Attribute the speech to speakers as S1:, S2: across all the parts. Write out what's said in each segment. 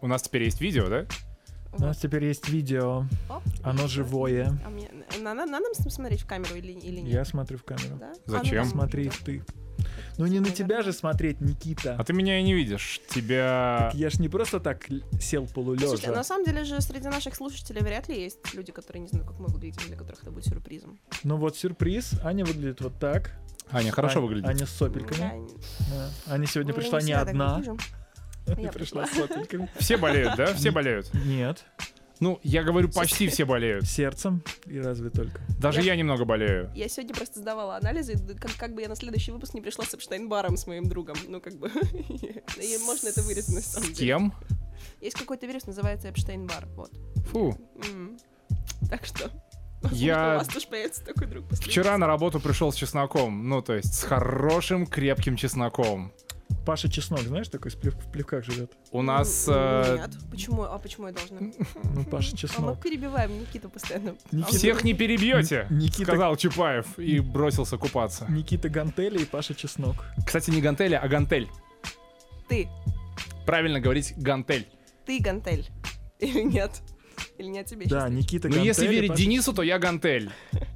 S1: У нас теперь есть видео, да?
S2: У нас теперь есть видео.
S3: Оп.
S2: Оно живое.
S3: А мне- на- на- надо нам смотреть в камеру или, или нет?
S2: Я смотрю в камеру.
S3: Да? А, ну
S1: Зачем?
S3: да.
S2: Смотри ты. Ну не на
S3: Наверное.
S2: тебя же смотреть, Никита.
S1: А ты меня и не видишь. Тебя...
S2: Я ж не просто так л- сел
S3: Слушайте,
S2: полулежа.
S3: Ну, на самом деле же среди наших слушателей вряд ли есть люди, которые не знают, как мы выглядим, для которых это будет сюрпризом.
S2: Ну вот сюрприз. Аня выглядит вот так.
S1: Аня, хорошо
S2: Ань-
S1: выглядит.
S2: Аня с сопельками.
S3: Я не-
S2: Да. Аня сегодня
S3: ну, я
S2: пришла не
S3: всегда так
S2: одна.
S3: выгляжу.
S2: Аня
S3: Я
S2: пришла с сопельками.
S1: Все болеют, да? Все болеют.
S2: Нет.
S1: Ну, я говорю, почти все болеют.
S2: Сердцем и разве только.
S1: Даже
S3: Я-
S1: я немного болею.
S3: Я сегодня просто сдавала анализы, д- как, как бы я на следующий выпуск не пришла с Эпштейн-баром с моим другом. Ну, как бы. И можно это вырезать на самом
S1: С
S3: деле.
S1: кем?
S3: Есть какой-то вирус, называется Эпштейн-бар. Вот.
S1: Фу.
S3: М. Так что.
S1: Я-
S3: возможно, У вас тоже появится такой друг. после
S1: Вчера на работу пришел с чесноком. Ну, то есть с хорошим крепким чесноком.
S2: Паша Чеснок, знаешь, такой с плев- в плевках живет.
S1: У
S3: М,
S1: нас... э,
S3: Ну, Нет. Почему? А почему я должна?
S2: Ну,
S3: А
S2: Паша
S3: мы
S2: Чеснок.
S3: перебиваем Никиту постоянно. А
S2: Никита-
S1: Всех не перебьете,
S2: Н- Никита-
S1: сказал Чапаев и бросился купаться.
S2: Никита Гантели и Паша Чеснок.
S1: Кстати, не гантели, а гантель.
S3: Ты.
S1: Правильно говорить гантель.
S3: Ты гантель. Или нет? Или не о тебе
S2: Да,
S3: сейчас речь?
S2: Никита
S1: Ну,
S2: Гантели.
S1: если верить
S2: Паша-
S1: Денису, то я гантель.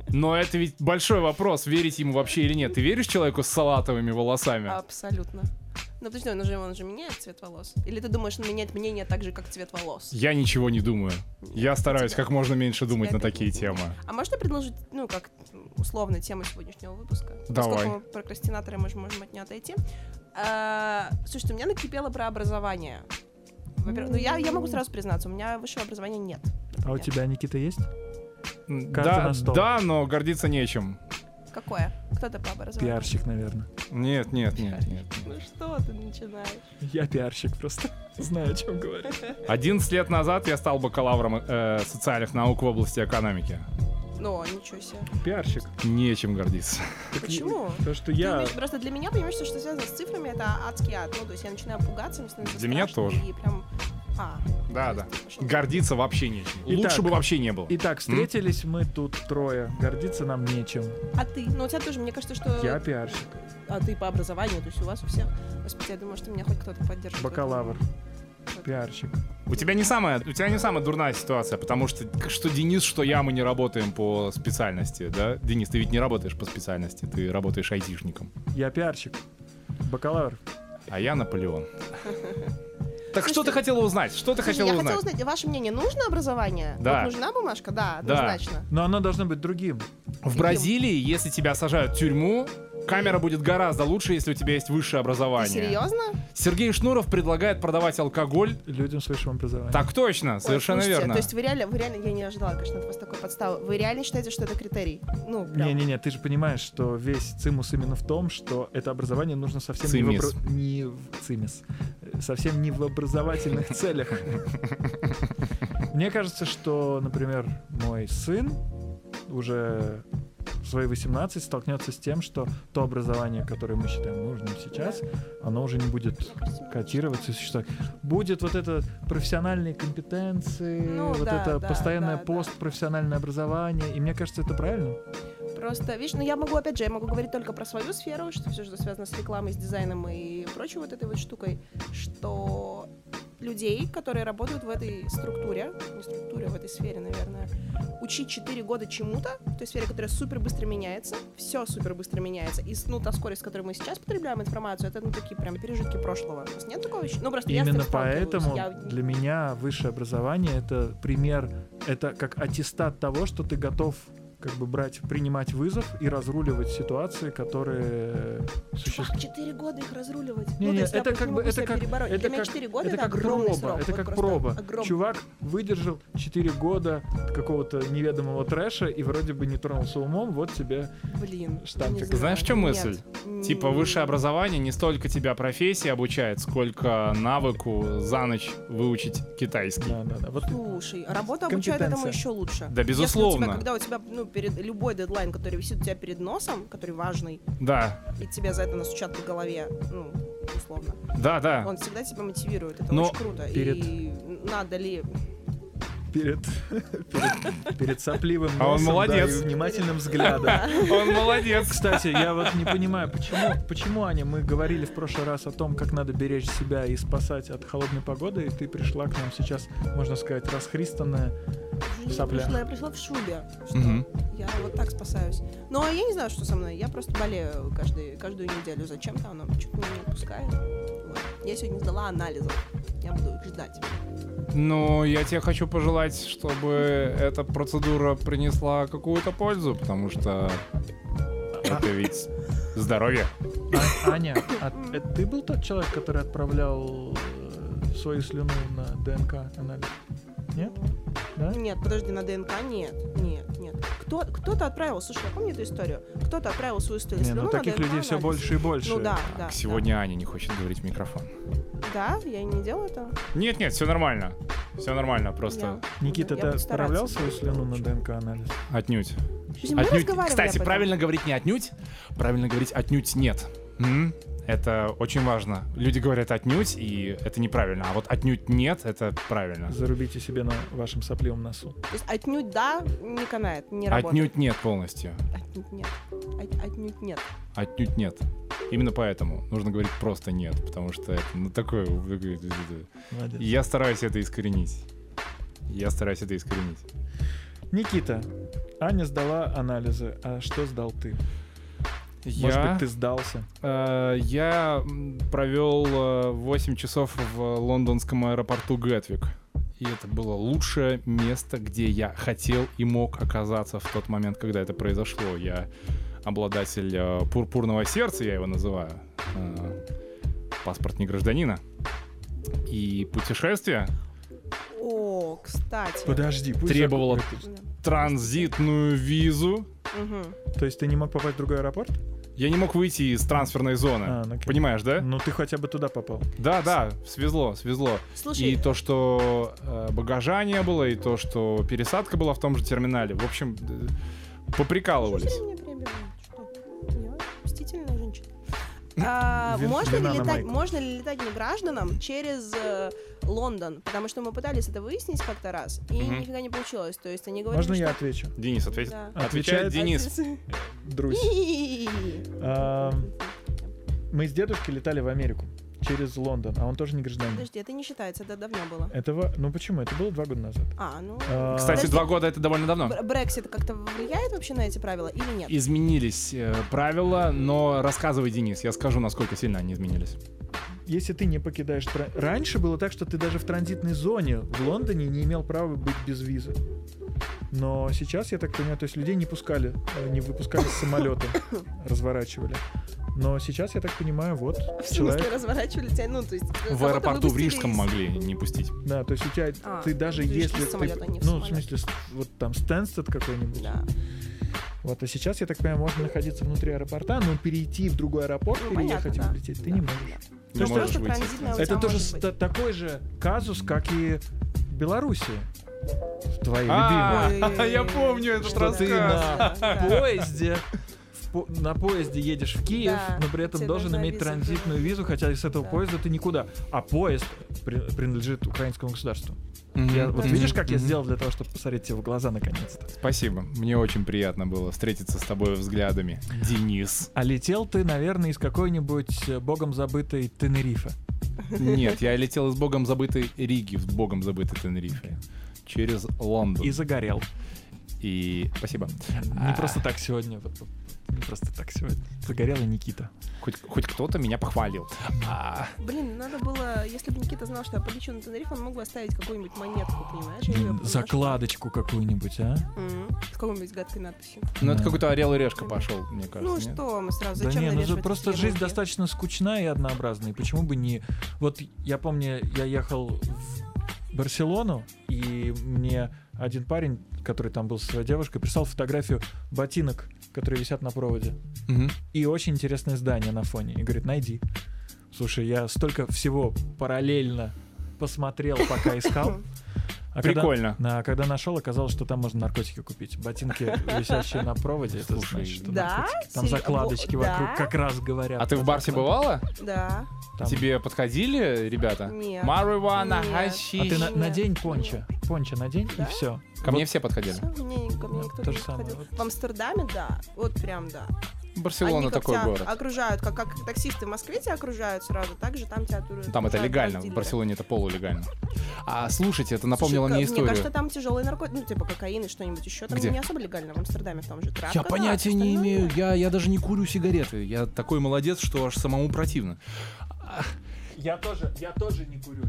S1: Но это ведь большой вопрос, верить ему вообще или нет. Ты веришь человеку с салатовыми волосами?
S3: А, Абсолютно. Ну подожди, он же, он же меняет цвет волос. Или ты думаешь, он меняет мнение так же, как цвет волос?
S1: Я ничего не думаю. Я стараюсь как можно меньше думать
S3: тебя
S1: на
S3: это
S1: такие
S3: не-
S1: темы.
S3: А можно предложить, ну, как м, условно, тему сегодняшнего выпуска?
S1: Давай.
S3: Поскольку мы прокрастинаторы, мы же можем от нее отойти. А, слушайте, у меня накипело про образование. Во-первых, ну я, я могу сразу признаться, у меня высшего образования нет.
S2: А у
S3: Нет.
S2: тебя, Никита, есть?
S1: М,
S2: Карты
S1: Да,
S2: на стол.
S1: да, но гордиться нечем.
S3: Какое? Кто ты по образованию?
S2: Пиарщик, наверное.
S1: Нет, нет, нет, нет.
S3: Ну что ты начинаешь?
S2: Я пиарщик просто. Знаю, о чем говорю.
S1: 11 лет назад я стал бакалавром э, социальных наук в области экономики.
S3: Ну, ничего себе.
S2: Пиарщик.
S1: Нечем гордиться.
S3: Почему?
S2: То, что
S3: Ты
S2: я...
S3: умеешь- Ну, просто для меня, понимаешь, все, что связано с цифрами, это адский ад. Ну, то есть я начинаю пугаться, мне становится
S1: Для меня
S3: страшно,
S1: тоже.
S3: И прям... А,
S1: Да,
S3: то
S1: да.
S3: есть ты пошёл.
S1: Гордиться вообще нечем.
S2: Итак.
S1: Лучше бы вообще не было.
S2: Итак, встретились мы тут трое. Гордиться нам нечем.
S3: А ты? Ну, у тебя тоже, мне кажется, что...
S2: Я пиарщик.
S3: А ты по образованию, то есть у вас у всех. Господи, я думаю, что меня хоть кто-то поддержит.
S2: Бакалавр.
S3: Вот.
S2: Пиарщик.
S1: У тебя не самая, у тебя не самая дурная ситуация, потому что что Денис, что я, мы не работаем по специальности, да? Денис, ты ведь не работаешь по специальности, ты работаешь айтишником.
S2: Я пиарщик. Бакалавр.
S1: А я Наполеон. Так
S3: Слушайте,
S1: что ты хотела узнать? Что ты
S3: Слушайте,
S1: хотела
S3: я
S1: узнать?
S3: хотела узнать, ваше мнение, нужно образование?
S1: Да.
S3: Вот нужна бумажка? Да,
S1: Да.
S3: однозначно.
S2: Но оно должно быть другим.
S1: В Бразилии, если тебя сажают в тюрьму, камера будет гораздо лучше, если у тебя есть высшее
S3: Ты
S1: образование.
S3: серьезно?
S1: Сергей Шнуров предлагает продавать алкоголь.
S2: Людям с высшим образованием.
S1: Так точно,
S3: Ой,
S1: совершенно
S3: слушайте,
S1: верно.
S3: То есть вы реально, вы реально, я не ожидала, конечно, от вас такой подставы. Вы реально считаете, что это критерий? Ну, прям.
S2: Не-не-не, ты же понимаешь, что весь цимус именно в том, что это образование нужно совсем не в,
S1: Цимис.
S2: обра- не в- цимис. Э, совсем не в образовательных целях. Мне кажется, что, например, мой сын уже в свои 18 столкнется с тем, что то образование, которое мы считаем нужным сейчас, оно уже не будет котироваться и существовать. Будет вот это профессиональные компетенции,
S3: Ну,
S2: вот
S3: да,
S2: это
S3: да,
S2: постоянное
S3: да, да.
S2: постпрофессиональное образование. И мне кажется, это правильно.
S3: Просто, видишь, ну я могу, опять же, я могу говорить только про свою сферу, что все, что связано с рекламой, с дизайном и прочей вот этой вот штукой, что людей, которые работают в этой структуре, не структуре, а в этой сфере, наверное, учить 4 года чему-то, в той сфере, которая супер быстро меняется, все супер быстро меняется, и ну, та скорость, с которой мы сейчас потребляем информацию, это ну такие прям пережитки прошлого. У вас нет такого ощущения? Ну, просто я с этим
S2: Именно
S3: сталкиваюсь.
S2: поэтому
S3: Я-
S2: для меня высшее образование это пример, это как аттестат того, что ты готов как бы брать, принимать вызов и разруливать ситуации, которые существуют.
S3: Чувак, 4 года их разруливать.
S2: Не,
S3: ну,
S2: не,
S3: то есть я
S2: это
S3: просто
S2: как
S3: не
S2: бы-
S3: могу
S2: это
S3: себя
S2: как-
S3: перебороть.
S2: это
S3: Для меня
S2: как-
S3: 4 года
S2: это
S3: это,
S2: как
S3: огромный
S2: проба,
S3: срок.
S2: это
S3: Вот
S2: как
S3: просто
S2: проба.
S3: огромный.
S2: Чувак выдержал 4 года какого-то неведомого трэша и вроде бы не тронулся умом, вот тебе
S3: Блин.
S2: Штампик.
S3: не знаю.
S1: Знаешь, в чём
S3: Нет.
S1: мысль?
S3: М,
S1: Типа высшее образование не столько тебя профессии обучает, сколько навыку за ночь выучить китайский.
S2: да, да, да. Вот
S3: Слушай, работа обучает этому
S2: Компетенция.
S3: еще лучше.
S1: Да,
S3: Если у тебя-
S1: безусловно.
S3: когда у тебя, ну, перед любой дедлайн, который висит у тебя перед носом, который важный,
S1: Да,
S3: и тебе за это настучат по голове, ну, условно,
S1: да, да.
S3: он всегда тебя мотивирует. Это
S1: А. Но
S3: очень круто.
S2: перед-
S3: И надо ли
S4: перед, перед, перед сопливым
S1: А он
S4: носом, да,
S1: молодец.
S4: и внимательным взглядом.
S1: Он молодец.
S2: Кстати, я вот не понимаю, почему, почему, Аня, мы говорили в прошлый раз о том, как надо беречь себя и спасать от холодной погоды, и ты пришла к нам сейчас, можно сказать, расхристанная.
S3: Уже не
S2: Сопля.
S3: пришла, я пришла в шубе. Что?
S1: Мгм.
S3: Я вот так спасаюсь. Но я не знаю, что со мной. Я просто болею каждый, каждую неделю зачем-то. Оно чуть меня не отпускает. Вот. Я сегодня сдала анализы. Я буду их ждать.
S1: Ну, я тебе хочу пожелать, чтобы эта процедура принесла какую-то пользу, потому что это ведь здоровье.
S2: А- Аня, а э, ты был тот человек, который отправлял э, свою слюну на ДНК-анализ? Нет? Да?
S3: Нет, подожди, на ДНК нет. Нет, нет. Кто, кто-то отправил, слушай, я помню эту историю. Кто-то отправил свою историю.
S2: Не, ну таких людей все больше и больше.
S3: Ну да, да. да.
S1: Сегодня Аня не хочет говорить в микрофон.
S3: Да, я не делаю это.
S1: Нет-нет, все нормально. Все нормально, просто
S3: Я-
S2: Никита,
S3: я
S2: ты
S3: буду стараться.
S2: отправлял свою слюну на ДНК-анализ?
S1: отнюдь.
S3: Слушай, мы
S1: Отнюдь.
S3: разговаривали об
S1: Кстати,
S3: этом.
S1: правильно говорить не отнюдь, правильно говорить отнюдь нет. М? Это очень важно. Люди говорят отнюдь, и это неправильно. А вот отнюдь нет, это правильно.
S2: Зарубите себе на вашем сопливом носу.
S3: То есть отнюдь да не канает, не работает.
S1: Отнюдь нет полностью.
S3: Отнюдь нет. От- отнюдь нет.
S1: Отнюдь нет. Именно поэтому нужно говорить просто нет, потому что это ну, такое.
S2: Молодец.
S1: Я стараюсь это искоренить. Я стараюсь это искоренить.
S2: Никита, Аня сдала анализы. А что сдал ты? Может
S1: я,
S2: быть, ты сдался?
S1: э, я м, провел э, 8 часов в э, лондонском аэропорту Гэтвик. И это было лучшее место, где я хотел и мог оказаться в тот момент, когда это произошло. Я обладатель э, пурпурного сердца, я его называю. э, паспорт не гражданина. И путешествие
S3: О, кстати.
S2: Подожди, пусть...
S1: Требовала.
S2: закон-
S3: Да.
S1: транзитную визу.
S3: Мгм.
S2: То есть ты не мог попасть в другой аэропорт?
S1: Я не мог выйти из трансферной зоны.
S2: А, ну окей.
S1: Понимаешь, да?
S2: Ну ты хотя бы туда попал.
S1: Да, да, свезло, свезло.
S3: Слушай,
S1: И то, что э, багажа не было, и то, что пересадка была в том же терминале. В общем, э,
S3: Что
S1: поприкалывались.
S3: ты меня перебиваешь? Что? Я мстительная женщина. А,
S2: Вин-
S3: можно,
S2: вина
S3: ли
S2: на
S3: летать,
S2: майку.
S3: можно ли летать негражданам через э, Лондон? Потому что мы пытались это выяснить как-то раз, и
S1: Мгм.
S3: нифига не получилось. То есть они говорили,
S2: Можно я А,
S3: что...
S2: отвечу?
S1: Денис ответит.
S3: Да.
S1: Отвечает
S2: Отвечает
S1: Денис.
S2: Друзь. Ам, Мы с дедушкой летали в Америку через Лондон, а он тоже не гражданин.
S3: Подожди, это не считается, это давно было.
S2: Этого, ну почему? Это было два года назад.
S3: А, ну...
S2: А,
S1: Кстати,
S3: Подожди.
S1: два года это довольно давно.
S3: Бр- Брексит как-то влияет вообще на эти правила или нет?
S1: Изменились э, правила, но рассказывай, Денис, я скажу, насколько сильно они изменились.
S2: Ну, если ты не покидаешь... тран- Раньше было так, что ты даже в транзитной зоне в Лондоне не имел права быть без визы. Но сейчас, я так понимаю, то есть людей не пускали, э, не выпускали с самолета, разворачивали. Но сейчас, я так понимаю, вот
S3: В смысле,
S2: человек...
S3: разворачивали тебя, ну, то есть...
S1: В
S3: кого-то
S1: аэропорту в
S3: выпустили
S1: Рижском
S3: из- Ну,
S1: могли не пустить.
S2: Да, то есть у тебя...
S3: А,
S2: ты даже
S3: то есть
S2: если...
S3: из
S2: ты-
S3: самолета, а не в
S2: ну, в
S3: самолет.
S2: смысле, с- вот там Стэнстед какой-нибудь.
S3: Да.
S2: Вот, а сейчас, я так понимаю, можно находиться внутри аэропорта, но перейти в другой аэропорт,
S3: Ну,
S2: переехать
S3: понятно, да.
S2: и улететь ты
S3: Да.
S2: не можешь.
S1: Не
S2: То есть
S1: можешь
S3: просто
S1: выйти.
S3: транзитная у
S2: Это
S3: тебя
S2: тоже
S3: может быть.
S2: ста- такой же казус, как и в Беларуси. Твои
S1: А,
S2: любимые.
S1: я помню этот
S2: Что ты
S1: рассказ.
S2: на
S3: Да.
S2: поезде в по- на поезде едешь в Киев,
S3: Да,
S2: но при этом
S3: тебе
S2: должен
S3: нужна
S2: иметь
S3: виза,
S2: транзитную визу, хотя с этого
S3: Да.
S2: поезда ты никуда. А поезд при- принадлежит украинскому государству.
S1: Мгм.
S2: Я- вот
S1: Мгм.
S2: видишь, как я
S1: Мгм.
S2: сделал для того, чтобы посмотреть тебе в глаза наконец-то.
S1: Спасибо. Мне очень приятно было встретиться с тобой взглядами. Денис.
S2: А летел ты, наверное, из какой-нибудь э, богом забытой Тенерифа.
S1: Нет, я летел из богом забытой Риги в богом забытой Тенерифе. Через Лондон.
S2: И загорел.
S1: И... Спасибо.
S2: Не
S1: А.
S2: просто так сегодня. вот, вот, Не просто так сегодня. Загорела Никита.
S1: Хоть, хоть кто-то меня похвалил. А,
S3: Блин, надо было, если бы Никита знал, что я полечу на Тенериф, он мог бы оставить какую-нибудь монетку, понимаешь? Я её
S2: Блин,
S3: поношу.
S2: закладочку какую-нибудь, а?
S3: Мгм. С какой-нибудь гадкой надписью.
S1: Ну, это
S2: Да.
S1: какой-то орел и решка пошел, мне кажется.
S3: ну
S1: нет?
S3: что, мы сразу,
S2: да
S3: зачем
S2: не, ну
S3: навешивать
S2: же просто
S3: эти
S2: жизнь
S3: ярлыки?
S2: достаточно скучная и однообразная. и Почему бы не... Вот я помню, я ехал в Барселону, и мне один парень, который там был со своей девушкой, прислал фотографию ботинок, которые висят на проводе.
S1: Мгм.
S2: И очень интересное здание на фоне. И говорит, найди. Слушай, я столько всего параллельно посмотрел, пока искал. А когда-
S1: Прикольно.
S2: Да, а когда нашел, оказалось, что там можно наркотики купить. Ботинки, висящие на проводе, это
S1: Слушай,
S2: значит, что
S3: да?
S2: наркотики. Там
S3: Серьё-
S2: закладочки
S3: во- да?
S2: вокруг как раз говорят.
S1: А ты в Барсе бывала?
S3: Да.
S2: Там-
S1: Тебе подходили ребята?
S3: Нет.
S1: Маруана,
S3: Нет.
S2: А
S1: хащи.
S2: ты на-
S3: Нет.
S2: надень пончо. пончо надень, и
S3: Да?
S2: все.
S1: Ко мне все подходили.
S3: Всё, мне- ко мне никто
S2: То
S3: не
S2: же самое,
S3: подходил.
S2: вот.
S3: В Амстердаме, да, вот прям, да.
S1: Барселона
S3: Они как
S1: такой
S3: тебя
S1: город.
S3: окружают, как, как таксисты в Москве тебя окружают сразу, так же там тебя окружают.
S1: Там это
S3: окружают
S1: легально, в
S3: бандиты.
S1: Барселоне это полулегально. А слушайте, это
S3: Слушай,
S1: напомнило
S3: ка-
S1: мне историю.
S3: кажется, там тяжелые наркотики, ну, типа кокаин и что-нибудь еще. Там
S1: Где?
S3: не особо легально, в Амстердаме там же травка.
S1: Я
S3: да,
S1: понятия не
S3: а остальное.
S1: имею, я, я даже не курю сигареты. Я такой молодец, что аж самому противно.
S2: Я тоже, я тоже не курю.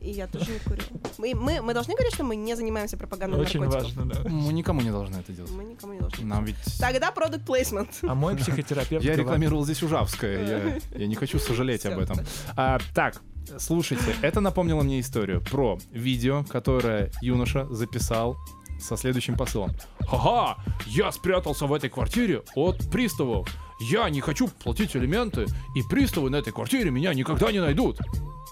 S3: И я тоже не курю. Мы, мы, мы должны говорить, что мы не занимаемся пропагандой
S2: Очень
S3: наркотиков.
S2: важно, да.
S1: Мы никому не должны это делать.
S3: Мы никому не должны.
S1: Нам ведь...
S3: Тогда продукт плейсмент.
S2: А мой психотерапевт
S1: Я
S2: говорит-
S1: рекламировал здесь Ужавское, я, я не хочу сожалеть об
S3: Всё.
S1: этом. А, так, слушайте, это напомнило мне историю про видео, которое юноша записал со следующим посылом. Ха-ха, я спрятался в этой квартире от приставов. Я не хочу платить элементы, и приставы на этой квартире меня никогда не найдут.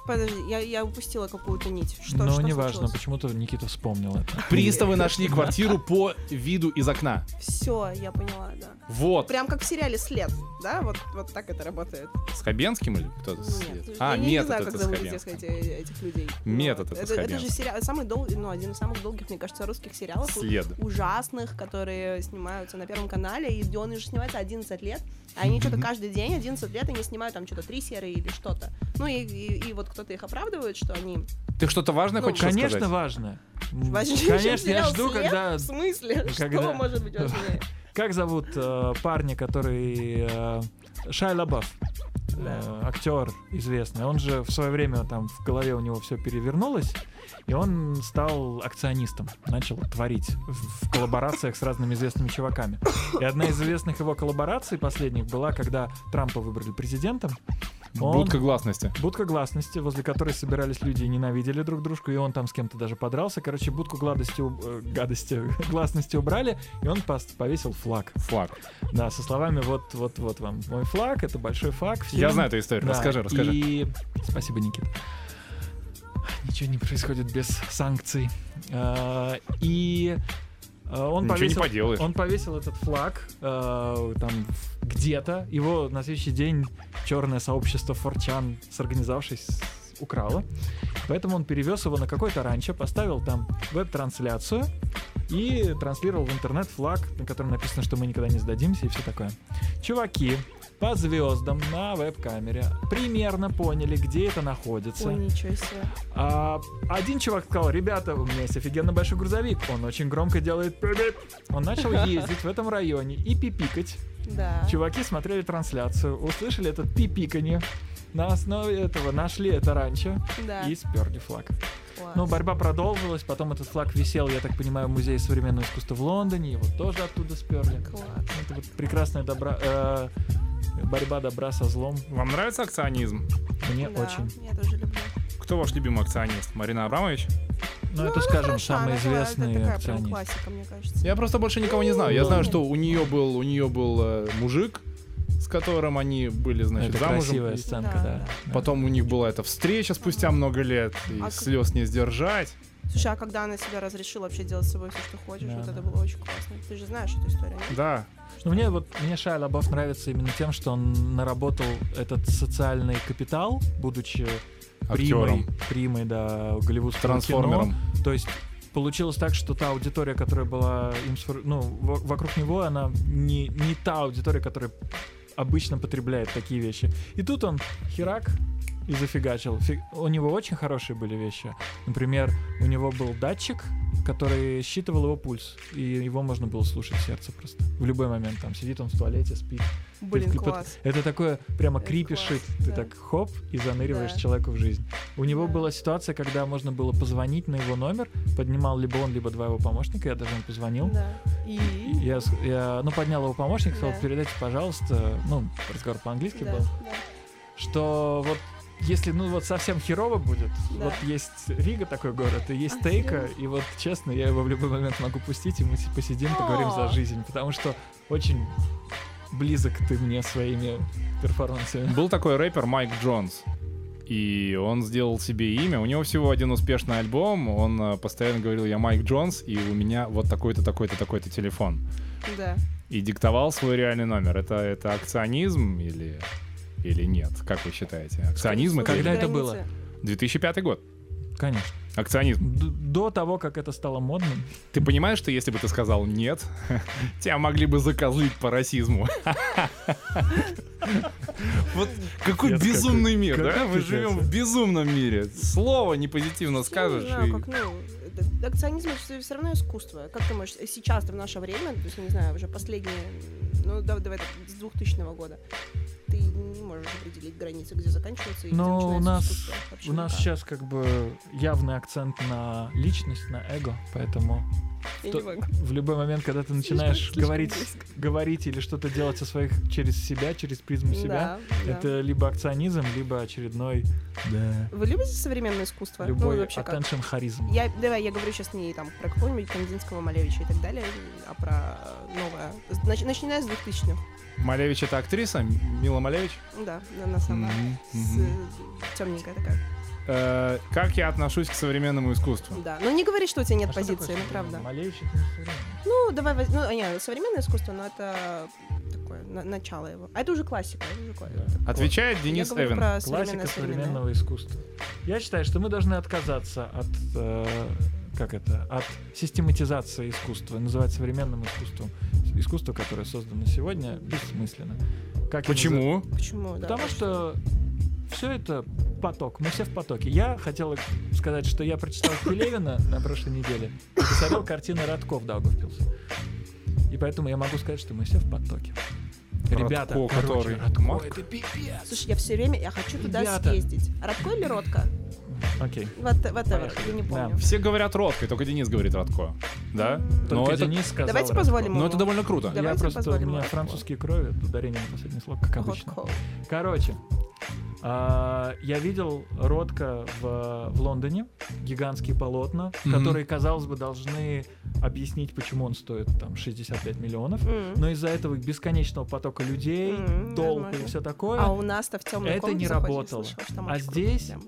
S3: Подожди, я, я упустила какую-то нить. Что,
S2: Но
S3: что
S2: Ну, неважно,
S3: случилось?
S2: почему-то Никита вспомнил это.
S1: Приставы нашли квартиру по виду из окна.
S3: Все, я поняла, да.
S1: Вот.
S3: Прям как в сериале «След», да? Вот, вот так это работает. Ну,
S1: С Хабенским или кто-то? с-
S3: Нет,
S1: А,
S3: я, не
S1: метод
S3: знаю,
S1: это
S3: как
S1: с
S3: зовут этих,
S1: Хабенским.
S3: сказать, э, этих людей.
S1: Метод это с
S3: это, это же
S1: Хабенским.
S3: сериал, самый долгий, ну, один из самых долгих, мне кажется, русских сериалов.
S1: След.
S3: ужасных, которые снимаются на Первом канале, и он уже снимается 11 лет, а они что-то каждый день, 11 лет, они снимают там что-то три серые или что-то. Ну и, и- и вот кто-то их оправдывает, что они...
S1: Ты что-то важное
S3: Ну,
S1: хочешь
S2: Конечно,
S1: рассказать?
S2: важно. М,
S3: важнее, чем
S2: Конечно, я
S3: сериал
S2: жду,
S3: «След».
S2: когда...
S3: В смысле?
S2: когда-
S3: Что может быть важнее?
S2: Как зовут э, парня, который... э, Шай Лабаф.
S3: Да.
S2: э, актер известный. Он же в свое время там в голове у него все перевернулось, и он стал акционистом, начал творить в в коллаборациях с разными известными чуваками. И одна из известных его коллабораций последних была, когда Трампа выбрали президентом. Он-
S1: Будка гласности.
S2: Будка гласности, возле которой собирались люди и ненавидели друг дружку, и он там с кем-то даже подрался. Короче, будку гладости, уб- э, гадости, гласности убрали, и он пос- повесил флаг.
S1: Флаг.
S2: Да, со словами вот, вот, вот вам мой флаг, это большой флаг.
S1: Я
S2: всем
S1: знаю эту историю.
S2: да,
S1: Расскажи, расскажи.
S2: И... Спасибо, Никит. Ничего не происходит без санкций. А, И а, он
S1: Ничего не
S2: повесил,
S1: поделаешь.
S2: он повесил этот флаг а, там в- где-то. Его на следующий день черное сообщество Форчан, сорганизовавшись, украло. Поэтому он перевез его на какой-то ранчо, поставил там веб-трансляцию и транслировал в интернет флаг, на котором написано, что мы никогда не сдадимся и все такое. Чуваки по звездам на веб-камере примерно поняли, где это находится.
S3: Ой, ничего себе.
S2: А, один чувак сказал, ребята, у меня есть офигенно большой грузовик, он очень громко делает пип-пип». Он начал ездить в этом районе и пипикать.
S3: Да.
S2: Чуваки смотрели трансляцию, услышали это пипиканье. На основе этого нашли это раньше
S3: Да.
S2: и сперли флаг.
S3: класс.
S2: Ну, борьба продолжилась, потом этот флаг висел, я так понимаю, в Музее современного искусства в Лондоне, его тоже оттуда сперли.
S3: Класс.
S2: Это вот прекрасная добра... э, борьба добра со злом.
S1: Вам нравится акционизм?
S2: Мне
S3: Да,
S2: очень.
S3: Я тоже люблю.
S1: Кто ваш любимый акционист? Марина Абрамович?
S2: Ну, это,
S3: она
S2: скажем,
S3: хороша,
S2: самый
S3: она такая-
S2: известный
S3: Это такая прям
S2: акционист.
S3: классика, мне кажется.
S1: Я просто больше никого не знаю. Я
S3: Да.
S1: знаю, что у нее был, у нее был э, мужик, с которым они были, значит,
S2: это
S1: замужем.
S2: красивая
S1: И
S2: сценка,
S3: Да,
S2: да.
S3: да.
S2: Да.
S1: Потом у них была эта встреча спустя много лет, и
S3: А как-
S1: слез не сдержать.
S3: Слушай, а когда она себя разрешила вообще делать с собой все, что хочешь,
S2: Да,
S3: вот
S2: да.
S3: это было очень классно. Ты же знаешь эту историю, нет?
S1: Да.
S2: Ну, мне вот мне Шайа Лабаф нравится именно тем, что он наработал этот социальный капитал, будучи
S1: Актером.
S2: примой, примой да, голливудского
S1: Трансформером.
S2: кино. То есть получилось так, что та аудитория, которая была им сфор- ну, во- вокруг него, она не, не та аудитория, которая обычно потребляет такие вещи. И тут он херак и зафигачил. Фи- У него очень хорошие были вещи. Например, у него был датчик, который считывал его пульс, и его можно было слушать сердце просто. В любой момент там сидит он в туалете, спит.
S3: Блин,
S2: Ты- ты под-
S3: класс.
S2: Это такое прямо
S3: Это
S2: крипишит.
S3: класс,
S2: Ты
S3: да.
S2: так хоп и заныриваешь
S3: Да.
S2: человеку в жизнь. У него
S3: Да.
S2: была ситуация, когда можно было позвонить на его номер, поднимал либо он, либо два его помощника, я даже ему позвонил.
S3: Да. И...
S2: И Я, с- я, ну, поднял его помощник, сказал,
S3: Да.
S2: передайте, пожалуйста, ну, разговор по-английски
S3: Да,
S2: был,
S3: да.
S2: что вот если, ну, вот совсем херово будет,
S3: Да. А,
S2: вот есть Рига такой город, и есть Тейка, и вот, честно, я его в любой момент могу пустить, и мы с- посидим, поговорим за
S3: О.
S2: жизнь, потому что очень близок ты мне своими перформансами.
S1: Был такой рэпер Майк Джонс. И он сделал себе имя. У него всего один успешный альбом. Он э, постоянно говорил, я Майк Джонс, и у меня вот такой-то, такой-то, такой-то телефон.
S3: Да.
S1: и диктовал свой реальный номер. Это, это акционизм или, или нет? Как вы считаете? Акционизм а это
S2: Когда это
S3: Границы.
S2: было?
S1: 2005 год.
S2: Конечно.
S1: Акционизм.
S2: Д- До того, как это стало модным,
S1: Ты понимаешь, что если бы ты сказал нет, тебя могли бы закозлить по расизму. Вот какой
S2: Капец,
S1: безумный мир,
S2: какой
S1: да? Мы
S2: пипец.
S1: живем в безумном мире. Слово не позитивно скажешь.
S3: Я не знаю,
S1: и-
S3: как, ну, это- акционизм это все равно искусство. Как ты можешь сейчас, в наше время, то есть, я не знаю, уже последние, ну, да- давай так, с 2000 года, ты не можешь определить границы, где заканчивается и
S2: Но у
S3: где начинается
S2: нас-
S3: искусство. Вообще
S2: у нас
S3: никак.
S2: сейчас как бы явный акцент на личность, на эго, поэтому
S3: Я
S2: то-
S3: не могу.
S2: в любой момент, когда ты начинаешь
S3: слишком
S2: говорить,
S3: близко.
S2: говорить или что-то делать со своих через себя, через призму себя,
S3: Да, да.
S2: это либо акционизм, либо очередной да,
S3: Вы любите современное искусство?
S2: любой
S3: ну, вообще как?
S2: attention харизм.
S3: Я, давай, я говорю сейчас не там про какого-нибудь Кандинского, Малевича и так далее, а про э, новое. Нач- начиная с 2000 х
S1: Малевич это актриса? Мила Малевич?
S3: Да, на- на самом
S1: Мгм,
S3: С,
S1: мгм.
S3: э, темненькая такая.
S1: Э, Как я отношусь к современному искусству?
S3: Да. Ну не говори, что у тебя нет
S2: А что
S3: позиции,
S2: такое
S3: ну
S2: современное?
S3: правда.
S2: Малевич это не современное.
S3: Ну, давай возьмем. Ну, а, не, современное искусство, но это такое на- начало его. А это уже классика. это уже кла-
S2: Да.
S3: такое.
S1: Отвечает Денис
S3: Я говорю
S1: Эвен.
S3: про
S2: Классика
S3: современное, современное.
S2: современного искусства. Я считаю, что мы должны отказаться от э, как это, от систематизации искусства, называть современным искусством искусство, которое создано сегодня, бессмысленно. Как и назы-
S1: Почему?
S3: Почему? Да.
S2: Потому что все это поток, мы все в потоке. Я хотел сказать, что я прочитал Пелевина на прошлой неделе и посмотрел картины Радков Даугавпилса. И поэтому я могу сказать, что мы все в потоке.
S1: Радко,
S2: Ребята, короче,
S1: который
S2: Радко
S1: маг.
S2: это пипец.
S3: Слушай, я все время я хочу туда
S2: Ребята.
S3: съездить. Радко или Ротко?
S2: Окей.
S3: Вот, whatever,
S2: Поехали.
S3: я не
S2: Да.
S3: помню.
S1: Все говорят Родкой, только Денис говорит Родко. Да? Но
S2: Только
S1: Ну, это,
S2: Денис сказал Ну,
S3: Давайте
S2: Радко.
S3: позволим
S1: но это
S3: ему.
S1: довольно круто.
S3: Да. Давайте
S2: я просто у
S3: позволим
S2: меня
S3: Радко.
S2: французские крови, ударение на последнее слово, как обычно.
S3: Ротко.
S2: Короче, а, я видел Ротко в, в Лондоне, гигантские полотна,
S1: Мгм.
S2: которые, казалось бы, должны объяснить, почему он стоит там 65 миллионов.
S3: М.
S2: Но из-за этого бесконечного потока людей,
S3: М,
S2: толпа и
S3: возможно.
S2: все такое,
S3: А у нас-то в темную
S2: Это
S3: комнату
S2: не
S3: заходишь,
S2: работало.
S3: слышала, что там
S2: А
S3: очень круто
S2: здесь
S3: прям.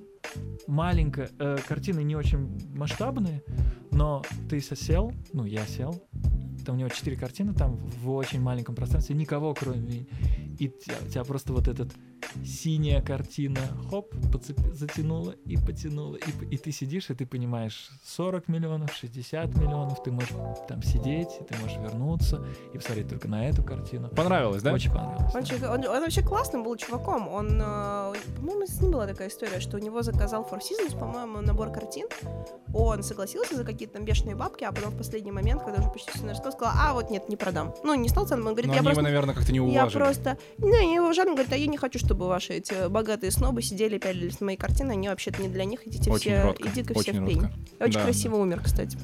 S2: маленькая, э, картины не очень масштабные, но ты сосел, ну я сел, там у него четыре картины, там в очень маленьком пространстве, никого кроме и тебя, тебя просто вот этот синяя картина, хоп, подцеп- затянула и потянула, и, п- и ты сидишь, и ты понимаешь 40 миллионов, 60 миллионов, ты можешь там сидеть, и ты можешь вернуться и посмотреть только на эту картину.
S1: Понравилось, да?
S2: Очень понравилось.
S3: Он,
S2: да.
S3: чё- он- он вообще классным был чуваком. Он, э, по-моему, с ним была такая история, что у него заказал Four Seasons, по-моему, набор картин. Он согласился за какие-то там бешеные бабки, а потом в последний момент, когда уже почти все нарастало, сказал, а вот нет, не продам. Ну, не стал ценом, он говорит,
S1: Но
S3: я
S1: они его,
S3: просто...
S1: наверное, как-то не
S3: Я
S1: уважили.
S3: просто... Не, не уважаю, он говорит, а я не хочу, чтобы ваши эти богатые снобы сидели, пялились на мои картины, они вообще-то не для них, идите
S1: Очень
S3: все,
S1: ротко,
S3: иди-ка все
S1: очень
S3: в пень.
S1: ротко.
S3: Очень
S1: Да,
S3: красиво умер, кстати.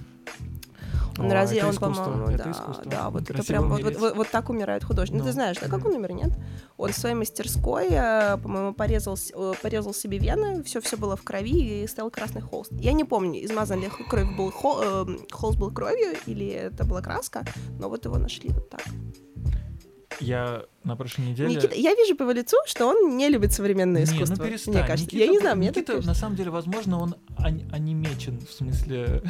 S3: Он
S2: О,
S3: разве
S2: это
S3: он,
S2: искусство,
S3: по-моему,
S2: это
S3: да,
S2: искусство.
S3: да, вот это
S2: Красиво
S3: прям вот,
S2: умереть.
S3: вот- вот так умирает художник. Ну,
S2: Ну.
S3: ты знаешь, да, как он умер, нет? Он в своей мастерской, э, по-моему, порезал, с- э, порезал себе вены, все все было в крови и стоял красный холст. Я не помню, измазан ли кровь был хо- э, холст был кровью или это была краска, но вот его нашли вот так.
S2: Я на прошлой неделе...
S3: Никита, я вижу по его лицу, что он не любит современное
S2: Не, ну
S3: искусство.
S2: перестань.
S3: Мне кажется, я
S2: Никита-
S3: не знаю, мне так
S2: Никита,
S3: кажется.
S2: на самом деле, возможно, он ан- анимечен, в смысле...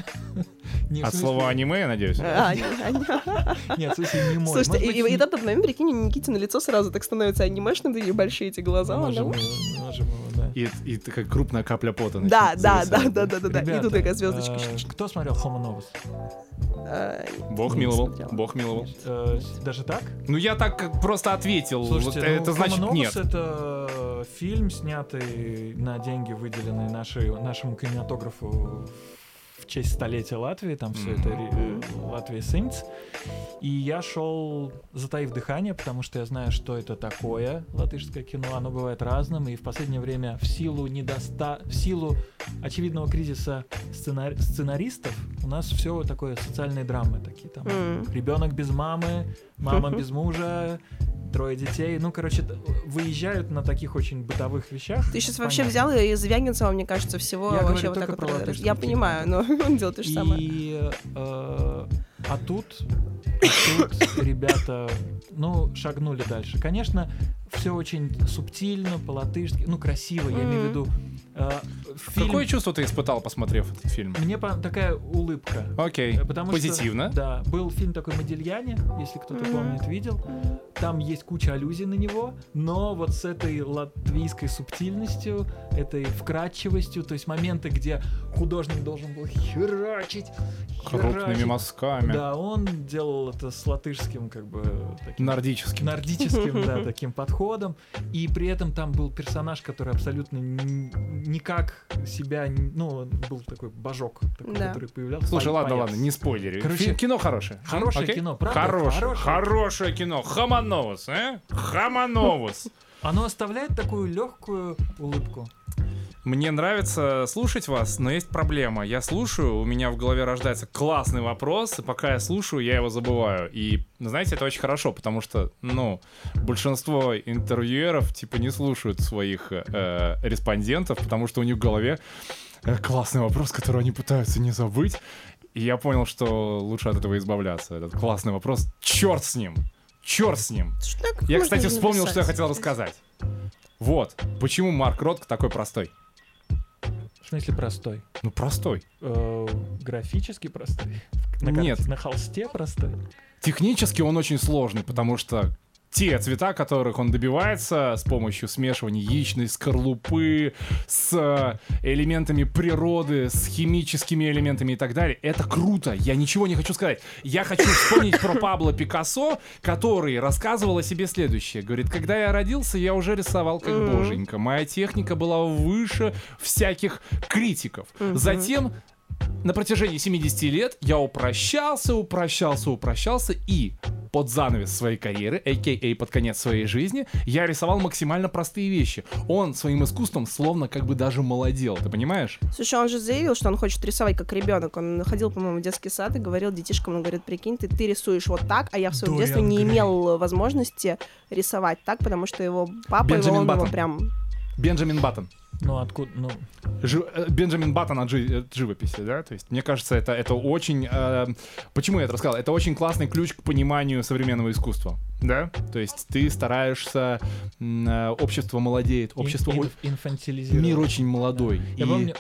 S2: не в
S1: От
S2: смысле-
S1: слова аниме, я надеюсь.
S3: А, не- а, не.
S2: Нет, в смысле, не мой.
S3: Слушайте, и, и этот момент, прикинь, Никитина лицо сразу так становится анимешным, такие большие эти глаза. она,
S2: Можем его, можем его, да.
S1: И, и такая крупная капля пота.
S3: Да,
S1: начинает
S3: да, да,
S1: зависать,
S3: да, да, да, да. И
S2: Ребята,
S3: тут такая звездочка.
S2: э, Кто смотрел Homo Novus?
S3: А,
S1: Бог
S3: не
S1: миловал,
S3: смотрела.
S1: бог миловал.
S2: Э, с- Даже так?
S1: Ну я так как просто ответил.
S2: Слушайте,
S1: Вот
S2: ну,
S1: это
S2: Homo
S1: значит
S2: Novus
S1: нет.
S2: это э, фильм, снятый на деньги, выделенные нашей, нашему кинематографу в честь столетия Латвии, там все это ре- э, Латвия Синц. И я шел, затаив дыхание, потому что я знаю, что это такое латышское кино. Оно бывает разным, и в последнее время в силу недоста... в силу очевидного кризиса сцена- сценаристов у нас все такое социальные драмы такие там.
S3: М.
S2: Ребенок без мамы, мама без мужа, трое детей. Ну, короче, т- выезжают на таких очень бытовых вещах.
S3: Ты сейчас вообще
S2: Понятно.
S3: взял и из Звягинцева, мне кажется, всего
S2: Я
S3: вообще
S2: говорю
S3: вот так
S2: только
S3: вот.
S2: про
S3: раз-
S2: латышский
S3: Я понимаю, но он делает то же самое.
S2: И э, а тут, а тут ребята, ну, шагнули дальше. Конечно, все очень субтильно, по-латышски, ну, красиво, я имею в
S3: Мгм.
S2: виду. э, фильм-
S1: Какое чувство ты испытал, посмотрев этот фильм?
S2: Мне по- такая улыбка.
S1: Окей,
S2: Э, Потому что-
S1: позитивно.
S2: да, был фильм такой «Модильяне», если кто-то
S3: Мгм.
S2: помнит, видел. Там есть куча аллюзий на него, но вот с этой латвийской субтильностью, этой вкрадчивостью, то есть моменты, где художник должен был херачить,
S1: Крупными
S2: херачить.
S1: мазками.
S2: Да, он делал это с латышским, как бы, таким
S1: Нордическим.
S2: нордическим, да, таким подходом. И при этом там был персонаж, который абсолютно ни- никак себя, не- ну, он был такой божок, такой,
S3: Да.
S2: который появлялся.
S1: Слушай,
S2: Пай-
S1: ладно,
S2: паяц.
S1: ладно, не спойлери.
S2: Короче,
S1: Фи- кино хорошее.
S2: хорошее
S1: Окей?
S2: кино, правда,
S1: Хорошее, хорошее.
S2: хорошее.
S1: кино. Хамановус, э? Хамановус.
S2: Оно оставляет такую легкую улыбку.
S1: Мне нравится слушать вас, но есть проблема. Я слушаю, у меня в голове рождается классный вопрос, и пока я слушаю, я его забываю. И, знаете, это очень хорошо, потому что, ну, большинство интервьюеров, типа, не слушают своих э, респондентов, потому что у них в голове э, классный вопрос, который они пытаются не забыть. И я понял, что лучше от этого избавляться. Этот классный вопрос, черт с ним, черт с ним.
S3: Что так
S1: Я,
S3: ну, а можно
S1: кстати,
S3: не
S1: вспомнил,
S3: написать?
S1: что я хотел рассказать. Вот, почему Марк Ротко такой простой.
S2: В смысле простой?
S1: Ну, простой.
S2: Э, графически простой? На
S1: Нет.
S2: картине- На холсте простой?
S1: Технически он очень сложный, потому что те цвета, которых он добивается с помощью смешивания яичной скорлупы с э, элементами природы, с химическими элементами и так далее, это круто. Я ничего не хочу сказать. Я хочу вспомнить про Пабло Пикассо, который рассказывал о себе следующее. Говорит, когда я родился, я уже рисовал как
S3: Мгм.
S1: боженька. Моя техника была выше всяких критиков.
S3: Мгм.
S1: Затем на протяжении 70 лет я упрощался, упрощался, упрощался и под занавес своей карьеры, а.к.а. под конец своей жизни, я рисовал максимально простые вещи. Он своим искусством словно как бы даже молодел, ты понимаешь?
S3: Слушай, он же заявил, что он хочет рисовать как ребенок. Он ходил, по-моему, в детский сад и говорил детишкам, он говорит, прикинь, ты, ты рисуешь вот так, а я в своем
S2: Дориан
S3: детстве не
S2: Грей.
S3: имел возможности рисовать так, потому что его папа, его,
S1: Бенджамин
S3: он его
S1: Баттон.
S3: прям...
S1: Бенджамин Баттон.
S2: Ну, откуда? Ну,
S1: Жи- э, Бенджамин Баттон от, жи- э, от живописи, да? То есть, мне кажется, это, это очень... э, почему я это рассказал? Это очень классный ключ к пониманию современного искусства, да? То есть, ты стараешься... м, э, общество молодеет, общество...
S2: ин-
S1: о-
S2: ин- инфантилизировано.
S1: Мир очень молодой.
S2: Я
S1: и-
S2: помню,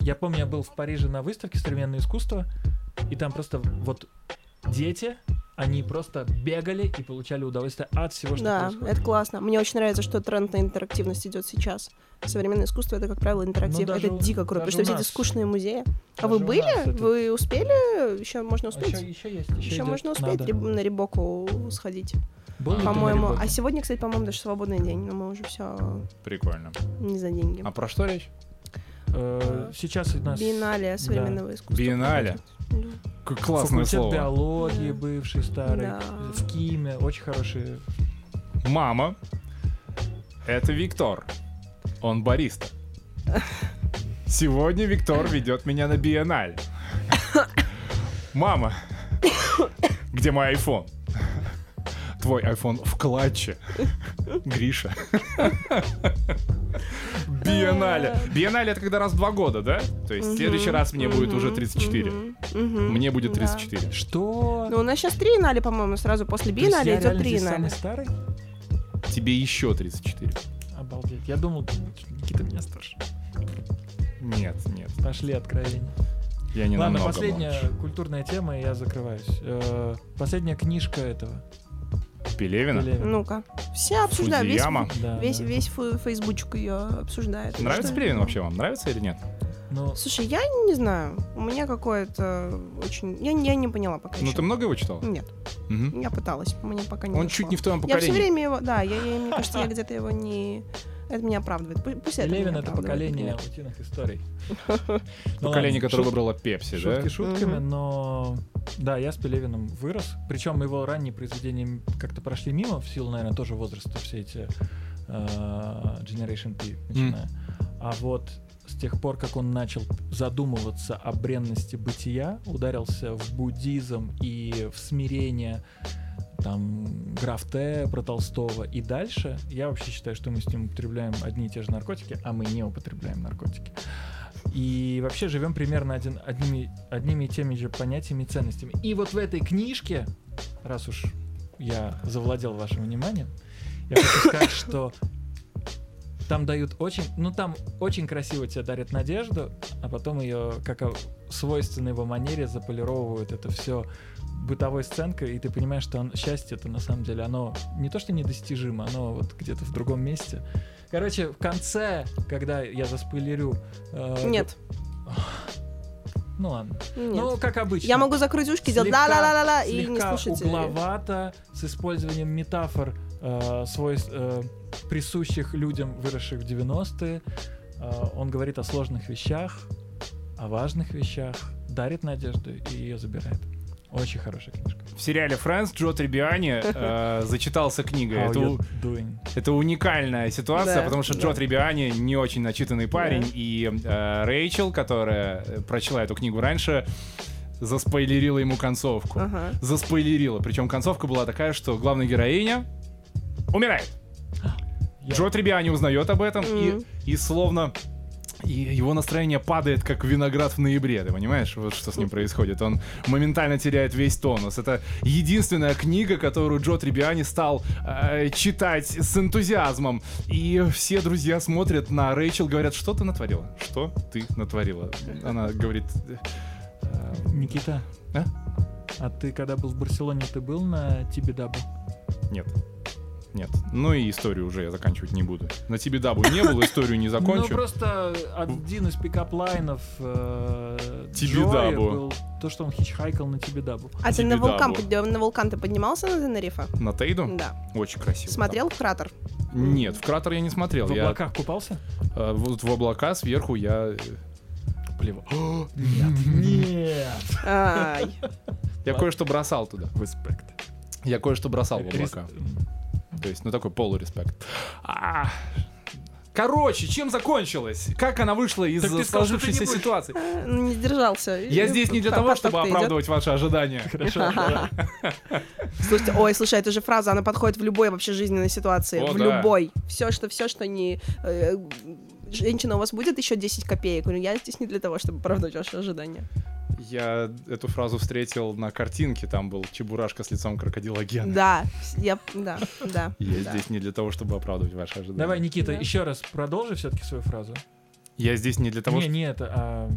S2: я помню, я был в Париже на выставке современное искусство, и там просто вот дети, они просто бегали и получали удовольствие от всего, что
S3: Да,
S2: происходит.
S3: это классно. Мне очень нравится, что тренд на интерактивность идет сейчас. Современное искусство это, как правило, интерактив.
S2: Ну, даже у-
S3: это дико круто.
S2: даже
S3: Что
S2: у
S3: все эти
S2: нас.
S3: скучные музеи. А
S2: Даже
S3: вы
S2: у нас
S3: были?
S2: это-
S3: Вы успели? Еще можно успеть?
S2: еще,
S3: еще
S2: есть, еще, идет,
S3: можно успеть
S2: надо.
S3: риб- на рибоку сходить,
S2: Был ли ты на
S3: по-моему.
S2: работе?
S3: А сегодня, кстати, по-моему, даже свободный день, но мы уже все
S1: Прикольно.
S3: не за деньги.
S1: А про что речь?
S2: Э, Сейчас у нас
S3: Биеннале современного искусства.
S1: Биеннале.
S3: Да.
S1: Как классное
S2: факультет
S1: слово.
S2: биологии
S3: Да.
S2: бывший старый,
S3: Да.
S2: в Киме, очень хорошие.
S1: Мама. Это Виктор. Он бариста. Сегодня Виктор ведет меня на биеннале. Мама, где мой iPhone? Твой iPhone в клатче. Гриша. Биеннале. Биеннале это когда раз в два года, да? То есть в следующий
S3: Мгм,
S1: раз мне будет уже
S3: мгм,
S1: 34.
S3: мгм, мгм.
S1: Мне будет
S3: Да.
S1: 34.
S2: Что?
S3: Ну, у нас сейчас три нали, по-моему, сразу после
S2: То есть я
S3: биеннале идет
S2: реально
S3: три
S2: здесь самый старый?
S1: Тебе еще 34.
S2: Обалдеть. Я думал, Никита меня старше.
S1: Нет, нет.
S2: Пошли откровения.
S1: Я не
S2: Ладно,
S1: намного
S2: последняя
S1: младше.
S2: культурная тема, и я закрываюсь. Э, Последняя книжка этого.
S1: Пелевина?
S2: Пелевина.
S3: Ну-ка. Все обсуждают. Весь,
S1: Фудзияма.
S2: Да,
S3: Ну, весь,
S2: да.
S3: весь фу- фейсбучик ее обсуждает.
S1: Э, Нравится
S3: Что?
S1: Пелевин вообще вам? Нравится или нет?
S2: Ну,
S3: Слушай, я не знаю. У меня какое-то очень... Я, я не поняла пока
S1: Ну
S3: ещё.
S1: ты много его читал?
S3: Нет,
S1: Мгм.
S3: я пыталась. Мне пока не
S1: Он
S3: зашло.
S1: чуть не в твоем
S3: Я все
S1: поколении.
S3: время его... Да, я, я- мне кажется, я где-то его не... Это меня оправдывает. Пу- Пусть это
S2: Пелевин
S3: меня
S2: это
S3: оправдывает,
S2: поколение
S3: например.
S2: утиных историй. Ну
S1: Поколение,
S2: ладно,
S1: которое
S2: шут-
S1: выбрало Пепси, да?
S2: Шутки шутками,
S3: Мгм.
S2: но да, я с Пелевиным вырос. Причем его ранние произведения м- как-то прошли мимо, в силу, наверное, тоже возраста все эти э, Generation P начиная. А вот с тех пор, как он начал задумываться о бренности бытия, ударился в буддизм и в смирение там Граф Т про Толстого и дальше, я вообще считаю, что мы с ним употребляем одни и те же наркотики, а мы не употребляем наркотики. И вообще живем примерно один, одними, одними и теми же понятиями и ценностями. И вот в этой книжке, раз уж я завладел вашим вниманием, я хочу сказать, что Там дают очень, ну там очень красиво тебе дарят надежду, а потом ее, как о- свойственно его манере, заполировывают это все бытовой сценкой, и ты понимаешь, что он, счастье это на самом деле, оно не то, что недостижимо, оно вот где-то в другом месте. Короче, в конце, когда я заспойлерю... э,
S3: Нет,
S2: Ну ладно.
S3: нет.
S2: Ну, как обычно.
S3: Я могу закрыть ушки, делать
S2: Слегка-
S3: ла-ла-ла-ла-ла и не
S2: слегка
S3: слушать. э,
S2: угловато, с использованием метафор, э, свойств, э, присущих людям, выросших в 90-е. Э, он говорит о сложных вещах, о важных вещах, дарит надежду и ее забирает. Очень хорошая книжка.
S1: В сериале «Фрэнс» Джо Трибиани э, зачитался книгой.
S2: How
S1: Это
S2: you
S1: у-
S2: doing?
S1: Это уникальная ситуация,
S3: Да,
S1: потому что
S3: да.
S1: Джо Трибиани не очень начитанный парень,
S3: Да.
S1: и э, Рэйчел, которая э, прочла эту книгу раньше, заспойлерила ему концовку.
S3: Ага.
S1: Заспойлерила. Причем концовка была такая, что главная героиня умирает.
S2: Я-
S1: Джо Трибиани узнает об этом,
S3: Мгм.
S1: и, и словно и его настроение падает, как виноград в ноябре, ты понимаешь, вот что с ним происходит. Он моментально теряет весь тонус. Это единственная книга, которую Джо Трибиани стал э, читать с энтузиазмом. И все друзья смотрят на Рэйчел, говорят, что ты натворила? Что ты натворила? Она говорит... «Э, э,
S2: Никита,
S1: А?
S2: а ты когда был в Барселоне, ты был на Тибидабу?
S1: Нет. Нет. Ну и историю уже я заканчивать не буду. На тебе дабу не было, историю не
S2: Ну
S1: закончу.
S2: просто один из пикап-лайнов э,
S1: Тибидабу.
S2: Джоя был то, что он хичхайкал на Тибидабу.
S3: А ты
S1: Тебе
S3: на вулкан,
S1: дабы.
S3: подня- на вулкан ты поднимался на Тенерифе?
S1: На Тейду?
S3: Да.
S1: Очень красиво. там.
S3: Смотрел в кратер?
S1: Нет, в кратер я не смотрел.
S2: В
S1: я,
S2: облаках купался?
S1: э, вот в облака сверху я... э,
S2: Плевал. Нет. Нет.
S3: Ай.
S1: Я
S2: Ладно.
S1: кое-что бросал туда.
S2: Респект.
S1: Я кое-что бросал в облака. То есть, ну такой полуреспект. А. Короче, чем закончилось? Как она вышла из
S2: Так ты
S1: э,
S2: сказал, что ты не
S1: сложившейся
S2: будешь.
S1: ситуации?
S3: Э, Не сдержался.
S1: Я здесь не для
S3: Та-
S1: того,
S3: так-то
S1: чтобы
S3: идёт.
S1: оправдывать ваши ожидания.
S2: Хорошо. да.
S3: Слушайте, ой, слушай, это же фраза, она подходит в любой вообще жизненной ситуации.
S1: О,
S3: в
S1: да.
S3: любой. Все, что, все, что не... э, Женщина, у вас будет еще 10 копеек? Говорю, Я здесь не для того, чтобы оправдать ваши ожидания.
S1: Я эту фразу встретил на картинке, там был чебурашка с лицом крокодила Гена.
S3: Да, с- я... Да, да.
S1: Я
S3: да.
S1: здесь не для того, чтобы оправдывать ваши ожидания.
S2: Давай,
S3: Да.
S2: Никита, еще раз продолжи все-таки свою фразу.
S1: Я здесь не для того,
S2: Не,
S1: что...
S2: не это, а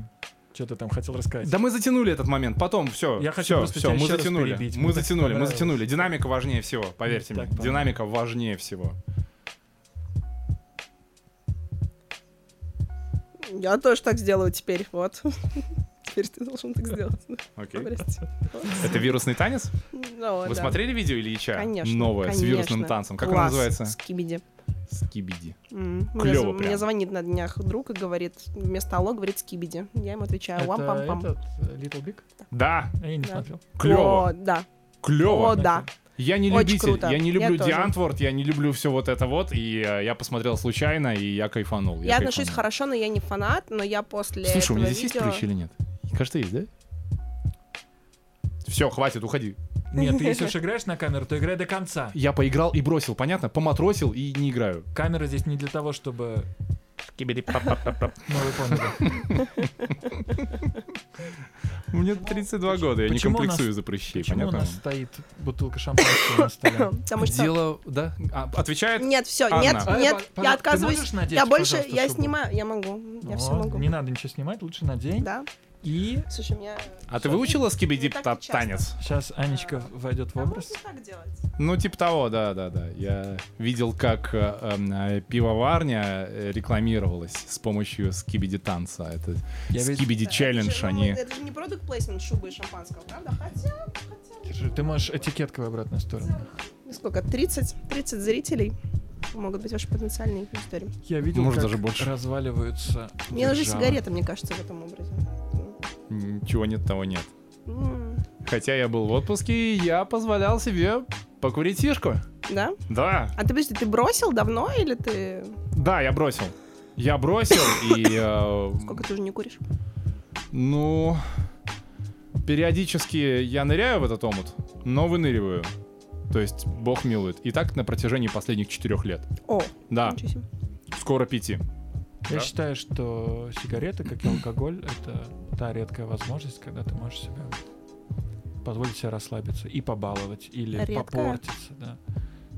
S2: что ты там хотел рассказать?
S1: Да мы затянули этот момент, потом все,
S2: Я хочу
S1: все,
S2: просто
S1: все,
S2: тебя
S1: мы
S2: еще раз
S1: затянули,
S2: перебить,
S1: мы
S2: мне так
S1: затянули, мы
S2: понравилось.
S1: затянули. Динамика важнее всего, поверьте
S2: Так
S1: мне.
S2: понравилось.
S1: Динамика важнее всего.
S3: Я тоже так сделаю теперь, вот. Теперь ты должен так сделать. Ну,
S1: Окей.
S3: здрасте.
S1: Это вирусный танец?
S3: Ну,
S1: Вы
S3: да.
S1: смотрели видео Ильича?
S3: Конечно,
S1: Новое с вирусным
S3: конечно.
S1: танцем. Как
S3: Класс.
S1: оно называется?
S3: Скибиди.
S1: Скибиди.
S3: М, Мне,
S1: Клёво
S3: зв-
S1: прям.
S3: мне звонит на днях друг и говорит, вместо алло говорит скибиди. Я ему отвечаю
S2: Это
S3: лам-пам-пам.
S2: этот, э, Little Big?
S1: Да,
S2: А Я не
S3: Да.
S2: смотрел.
S1: клево,
S3: О, да.
S1: клево.
S3: О, да.
S1: Я не
S3: Очень
S1: любитель,
S3: круто.
S1: я не
S3: Я
S1: люблю
S3: тоже.
S1: Диантворд, я не люблю все вот это вот, и э, я посмотрел случайно, и я кайфанул.
S3: Я отношусь
S1: кайфанул.
S3: хорошо, но я не фанат, но я после
S1: Слушай, у меня
S3: этого
S1: здесь
S3: видео-
S1: есть прыщ или нет? Кажется, есть, да? Все, хватит, уходи.
S2: Нет, ты если уж играешь на камеру, то играй до конца.
S1: Я поиграл и бросил, понятно? Поматросил и не играю.
S2: Камера здесь не для того, чтобы... Ну, вы поняли.
S1: Мне 32 года, я не
S2: почему у нас-
S1: комплексую за прыщей,
S2: Почему у
S1: понятно?
S2: нас стоит бутылка шампанского на столе?
S3: Потому что... Ну,
S1: Дело, да? А, отвечает?
S3: Нет, все,
S1: Анна.
S3: нет,
S2: А,
S3: нет,
S2: по- по- ты
S3: я отказываюсь.
S2: можешь надеть,
S3: Я больше,
S2: пожалуйста,
S3: я
S2: шубу?
S3: снимаю, я могу, я все
S2: Вот,
S3: могу.
S2: Не надо ничего снимать, лучше надень.
S3: Да,
S2: И
S3: слушай, меня...
S1: А ты выучила скибиди
S3: так
S1: та-
S3: не часто.
S1: танец?
S2: сейчас Анечка войдет в
S3: А
S2: образ.
S3: можно так делать?
S1: Ну, типа того, да, да, да. Я видел, как э, эм, э, пивоварня э, рекламировалась с помощью скибиди танца. Это
S2: Я ведь-
S1: скибиди
S3: Да,
S1: челлендж,
S3: это же, ну,
S1: они.
S3: Это же не продукт плейсмент шубы и шампанского, правда? Хотя,
S2: Держи, Ты можешь этикеткой в обратную сторону.
S3: Ну, Сколько? 30, 30 зрителей могут быть ваши потенциальные истории.
S2: Я видел,
S1: Может,
S2: как
S1: даже больше.
S2: разваливаются
S3: Мне нужна
S2: державы.
S3: сигарета, мне кажется, в этом образе.
S1: Ничего нет, того нет.
S3: М,
S1: Хотя я был в отпуске, и я позволял себе покурить фишку.
S3: Да?
S1: Да,
S3: А ты, подожди, ты бросил давно или ты...
S1: да, я бросил. Я бросил, и... э,
S3: Сколько ты уже не куришь?
S1: Ну, периодически я ныряю в этот омут, но выныриваю. То есть, бог милует. И так на протяжении последних четырех лет.
S3: О,
S1: Да,
S3: ничего себе.
S1: скоро пяти.
S2: Я
S1: Да.
S2: считаю, что сигареты, как и алкоголь, это та редкая возможность, когда ты можешь себе позволить себе расслабиться и побаловать, или
S3: Редкая?
S2: попортиться, да.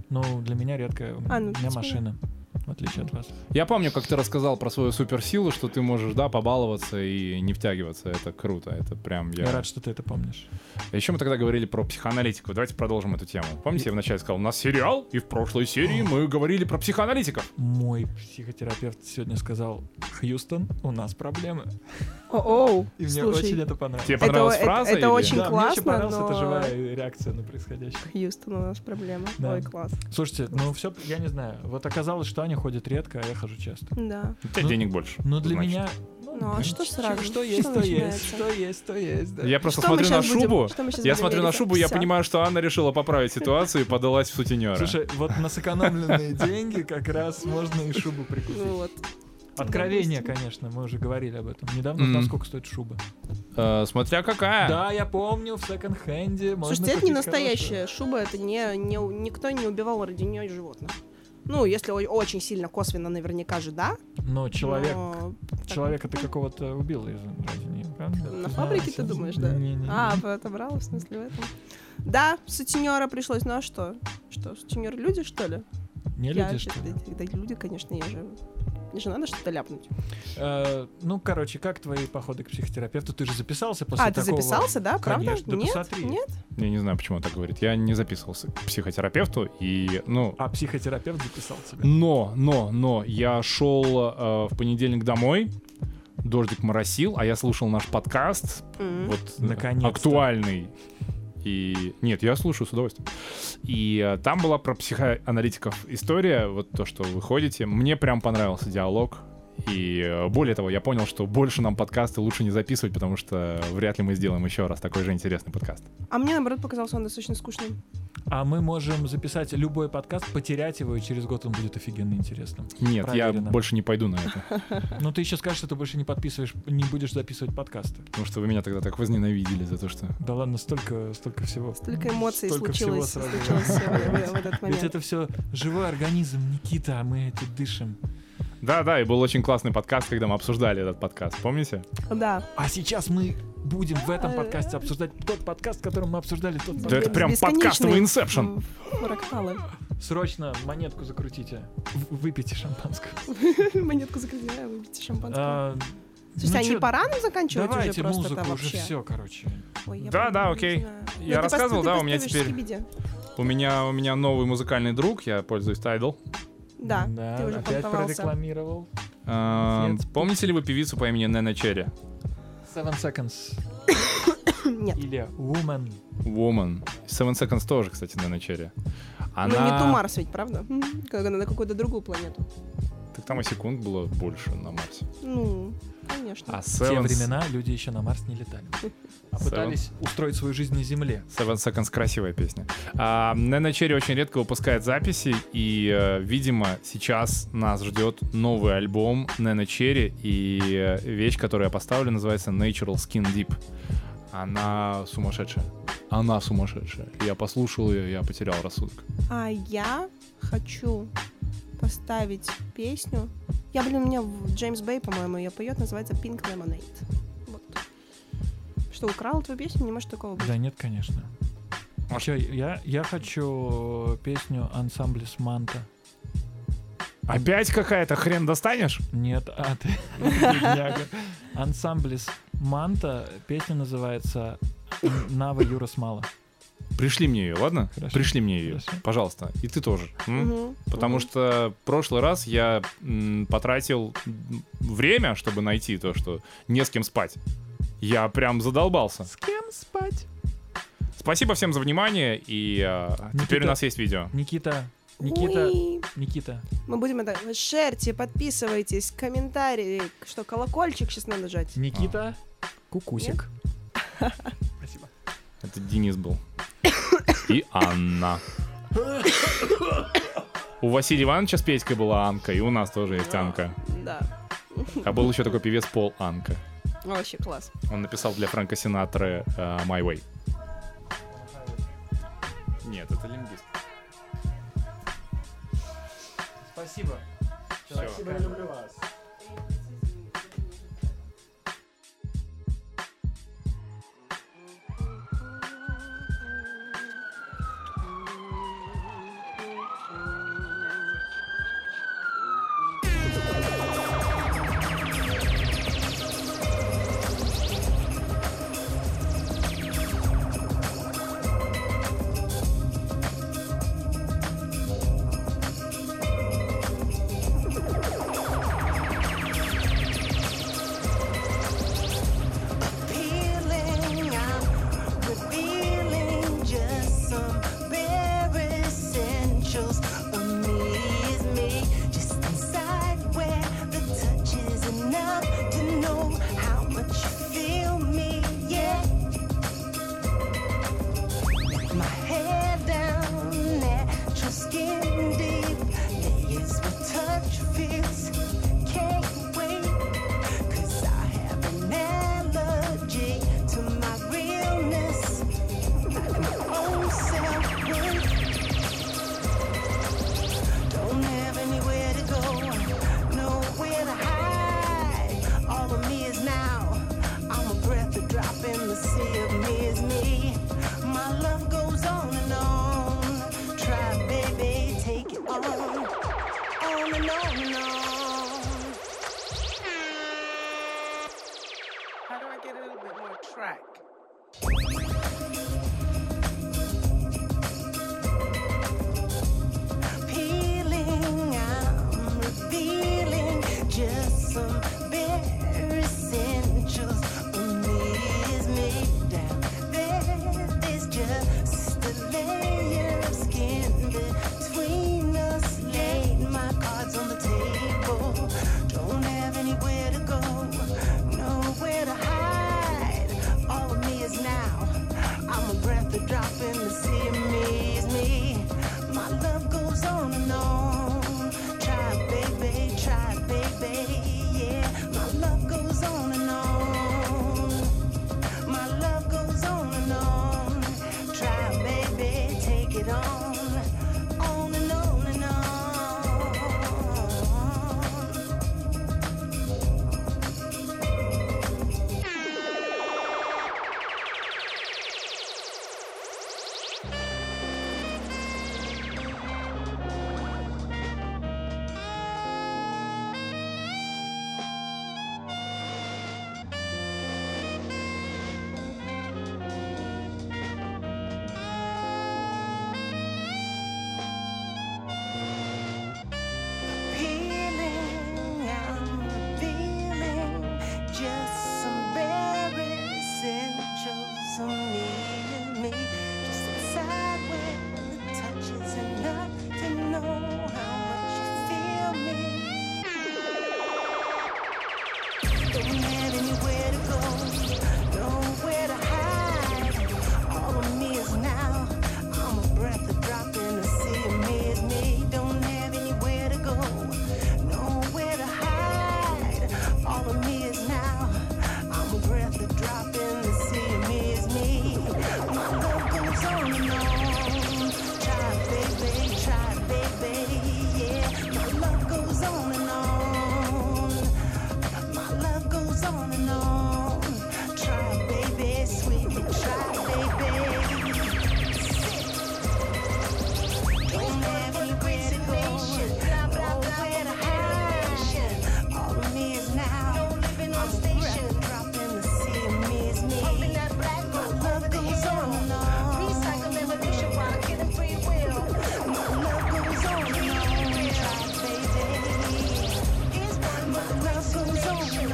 S2: Ну, для меня редкая. У
S3: А, ну,
S2: меня
S3: для тебя.
S2: машина. Вот отличие от вас.
S1: Я помню, как ты рассказал про свою суперсилу, что ты можешь, да, побаловаться и не втягиваться. Это круто, это прям я...
S2: Я рад, что ты это помнишь.
S1: Еще мы тогда говорили про психоаналитиков. Давайте продолжим эту тему. Помните, я вначале сказал, у нас сериал, и в прошлой серии мы говорили про психоаналитиков.
S2: Мой психотерапевт сегодня сказал, Хьюстон, у нас проблемы.
S3: О-оу,
S2: И мне очень
S3: слушай,
S2: это понравилось.
S1: Тебе
S3: Это-
S1: понравилась
S3: это-
S1: фраза?
S3: это
S1: или-
S2: Да,
S3: очень-
S2: мне очень
S3: классно,
S2: понравилась
S3: но-
S2: эта живая реакция на происходящее.
S3: Хьюстон, у нас проблема.
S2: Да.
S3: Ой, класс.
S2: Слушайте, ну все, я не знаю. Вот оказалось, что Аня ходит редко, а я хожу часто.
S3: Да.
S1: У тебя
S2: Ну,
S1: денег больше.
S2: Но для
S1: значит.
S2: меня...
S3: Ну, а что сразу?
S2: Что есть,
S3: Что
S2: то есть.
S3: начинается?
S2: Что есть, то есть, да.
S1: Я просто
S3: Что мы
S1: смотрю на
S3: щас будем-
S1: шубу.
S3: что мы щас
S1: Я
S3: будем
S1: смотрю на
S3: мериться?
S1: шубу, я
S3: Всё.
S1: понимаю, что Анна решила поправить ситуацию и подалась в сутенера.
S2: Слушай, вот на сэкономленные деньги как раз можно и шубу
S3: Ну
S2: прикупить.
S3: вот.
S2: Откровение, конечно, мы уже говорили об этом. Недавно узнал,
S1: Мгм.
S2: сколько стоит шуба.
S1: Э, смотря какая.
S2: Да, я помню, в секонд-хенде можно
S3: Слушайте, это не
S2: купить
S3: настоящая шуба, это не, не у- никто не убивал ради нее животных. Ну, если о- очень сильно косвенно, наверняка же, да.
S2: хорошую. Но человек...
S3: но так-
S2: Человека ты какого-то убил из ради нее, правда?
S3: На фабрике ты думаешь, да? А, отобрал, в смысле, в этом. Да, сутенера пришлось. Ну а что? Что, сутенер люди, что ли?
S2: Не
S3: Я-
S2: люди, что ли?
S3: Да, люди, конечно, я же... Мне же надо что-то ляпнуть.
S2: Э, Ну, короче, как твои походы к психотерапевту? Ты же записался после
S3: а, ты
S2: такого?
S3: записался, да? Правда?
S2: Конечно, да
S3: Нет?
S2: посмотри.
S3: Нет?
S1: Я не знаю, почему он так говорит. Я не записывался к психотерапевту и, ну,
S2: А психотерапевт записал тебя?
S1: Но, но, но, я шел э, в понедельник домой, дождик моросил, а я слушал наш подкаст,
S3: М.
S1: вот э,
S2: Наконец-то.
S1: актуальный. И нет, я слушаю с удовольствием. И э, там была про психоаналитиков история, вот то, что вы ходите. Мне прям понравился диалог. И э, более того, я понял, что больше нам подкасты лучше не записывать, потому что вряд ли мы сделаем еще раз такой же интересный подкаст.
S3: А мне, наоборот, показался он достаточно скучным.
S2: А мы можем записать любой подкаст, потерять его, и через год он будет офигенно интересным.
S1: Нет,
S2: Проверено.
S1: я больше не пойду на это,
S2: Но ты еще скажешь, что ты больше не подписываешь, не будешь записывать подкасты.
S1: потому что вы меня тогда так возненавидели за то, что
S2: Да ладно, столько, столько всего.
S3: Столько эмоций
S2: Столько всего
S3: случилось,
S2: сразу.
S3: случилось сегодня в этот
S2: Ведь
S3: момент.
S2: это все живой организм, Никита, а мы это дышим.
S1: Да, да, и был очень классный подкаст, когда мы обсуждали этот подкаст, помните?
S3: Да.
S2: А сейчас мы будем в этом подкасте обсуждать тот подкаст, в котором мы обсуждали тот
S1: Да это
S2: подкаст.
S1: прям
S3: Бесконечный.
S1: подкастовый инсепшн.
S3: М, Фракталы.
S2: Срочно монетку закрутите. В- Выпейте шампанское.
S3: Монетку закрываю, выпейте шампанское.
S2: А,
S3: Слушайте,
S2: ну
S3: а не
S2: чё,
S3: пора нам заканчивать
S2: Давайте
S3: уже просто
S2: музыку,
S3: там
S2: уже
S3: вообще?
S2: все, короче.
S3: Ой, я
S1: Да,
S3: правда
S1: да,
S3: не
S1: окей.
S3: знаю.
S1: Я
S3: Ну, ты
S1: рассказывал,
S3: пос- ты
S1: да, у меня
S3: поставишь
S1: теперь-
S3: Скибиди.
S1: У меня, у меня новый музыкальный друг, я пользуюсь Tidal.
S3: Да, ты уже
S2: опять
S3: понтовался.
S2: прорекламировал.
S1: Эм,
S2: Молодец.
S1: помните ли вы певицу по имени Нэна Черри?
S2: Seven Seconds
S3: Нет,
S2: или Woman.
S1: Woman. Seven Seconds тоже, кстати, Нэна Черри.
S3: ну не
S1: Она...
S3: ту Марс ведь, правда? М, Когда на какую-то другую планету.
S1: Так там и секунд было больше на Марсе.
S3: Ну, конечно.
S1: А
S2: В те
S1: Seven...
S2: времена люди еще на Марс не летали, а
S1: Seven-
S2: пытались устроить свою жизнь на Земле.
S1: Seven Seconds красивая песня. А, Нэна Черри очень редко выпускает записи, и, э, видимо, сейчас нас ждет новый альбом Нэна Черри, и э, вещь, которую я поставлю, называется Natural Skin Deep. Она сумасшедшая. Она сумасшедшая. Я послушал ее, я потерял рассудок.
S3: А я хочу поставить песню. Я, блин, у меня в- Джеймс Бэй, по-моему, ее поет, называется Pink Lemonade. Вот. Что, украл твою песню? Не может такого быть.
S2: Да нет, конечно.
S1: Может-
S2: Чё, я, я хочу песню ансамбля Манта.
S1: Опять какая-то хрен достанешь?
S2: Нет, а ты бедняга. Ансамблис Манта. Песня называется Нава Юра Смала.
S1: Пришли мне ее, ладно?
S2: Хорошо.
S1: Пришли мне ее,
S2: Хорошо.
S1: пожалуйста. И ты тоже. м?
S3: Мгм.
S1: Потому
S3: Мгм.
S1: что прошлый раз я м, потратил м, время, чтобы найти то, что не с кем спать. Я прям задолбался.
S2: С кем спать?
S1: Спасибо всем за внимание, и э,
S2: Никита-
S1: теперь у нас есть видео.
S2: Никита, Никита,
S3: Уи.
S2: Никита.
S3: Мы будем это... Шерьте, подписывайтесь, комментарии. Что, колокольчик сейчас надо нажать?
S2: Никита,
S1: А.
S2: кукусик. Спасибо.
S1: Это Денис был. И Анна. У Василия Ивановича с Петькой была Анка, и у нас тоже есть Анка.
S3: Да.
S1: А был еще такой певец Пол Анка.
S3: Вообще класс.
S1: Он написал для Франка Синатры э, My Way. Нет, это лингвист.
S2: Спасибо.
S1: Всё.
S2: я люблю вас.
S3: Thank
S5: Don't have anywhere to go, nowhere to hide. All of me is now. I'm a breath, a drop in the sea of midnight. Don't have anywhere to go, nowhere to hide. All of me is now. I'm a breath, a drop in the sea of midnight. My love goes on and on. Try, it, baby, try, it, baby, yeah. My love goes on and on. My love goes on and on. Try, baby, sweet, try, baby. Don't have anywhere to go, nowhere to hide. All of me is now. I'm a breath drop in the sea of misery. My love goes on and on. My love goes on and on. Try, baby. My love goes on and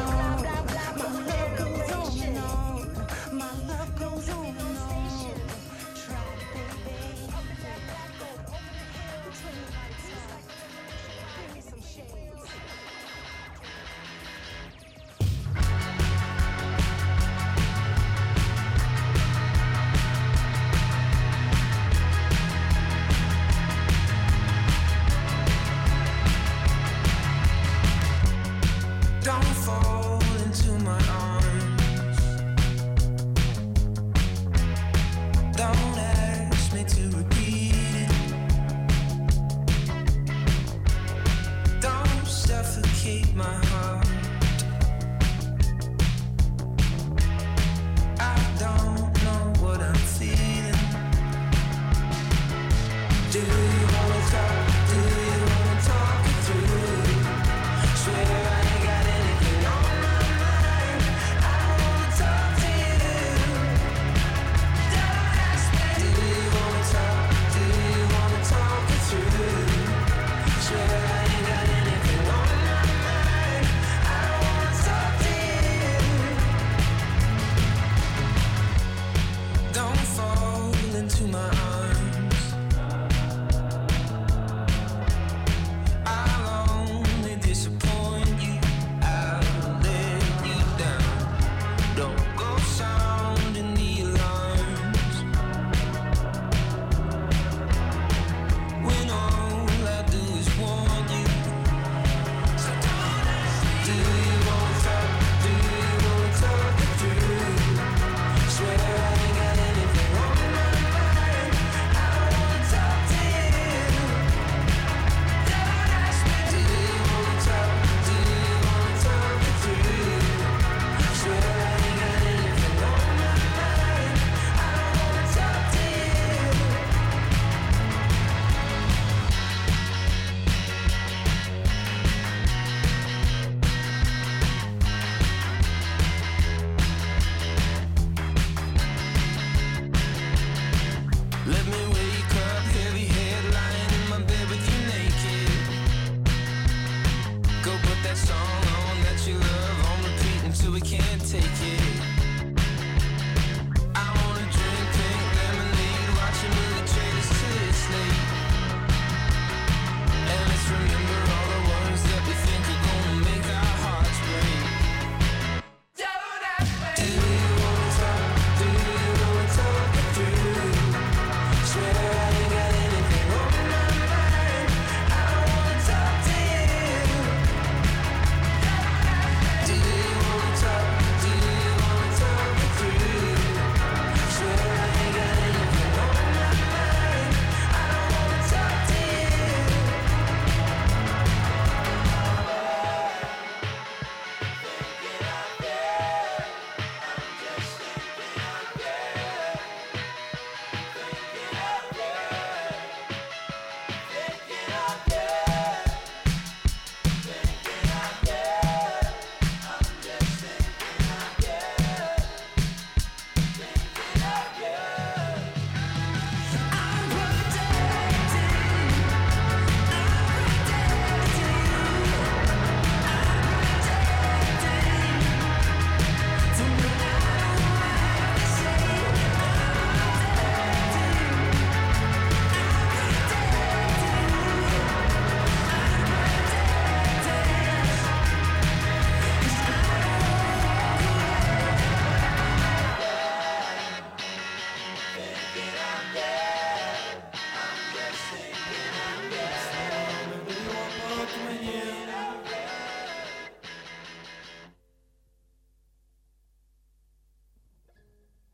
S5: on. My love goes on and on. My love goes on and on. Try, baby. Give me some shades.
S6: Don't fall into my arms. Don't ask me to repeat it. Don't suffocate my heart. I don't know what I'm feeling. Do you wanna talk? Do you wanna talk it through? Swear I ain't got anything on my mind. I wanna talk to you. Don't ask me. Do you wanna talk? Do you wanna talk it through? Swear I ain't got anything on my mind. I wanna talk to you. Don't fall into my arms. I'll only disappoint you. I'll let you down. Don't go sounding the alarms. When all I do is warn you. So don't ask me. Do you wanna talk? Do you wanna talk it through? Swear I ain't got anything on my mind. I wanna talk to you. Don't ask me, do you wanna talk? Do you wanna talk it through? Swear I ain't got anything on my mind. I wanna talk to you. Let me wake up, heavy head, lying in my bed with you naked. Go put that song on that you love on repeat until we can't take it. I wanna drink pink lemonade, watching me the trailers till it's late. And let's remember all the words that we think are gonna make our hearts break. Don't ask me. Do you wanna talk? Do you wanna talk it through? Swear I ain't got anything on my mind. I wanna talk to you. Do you wanna talk? Do you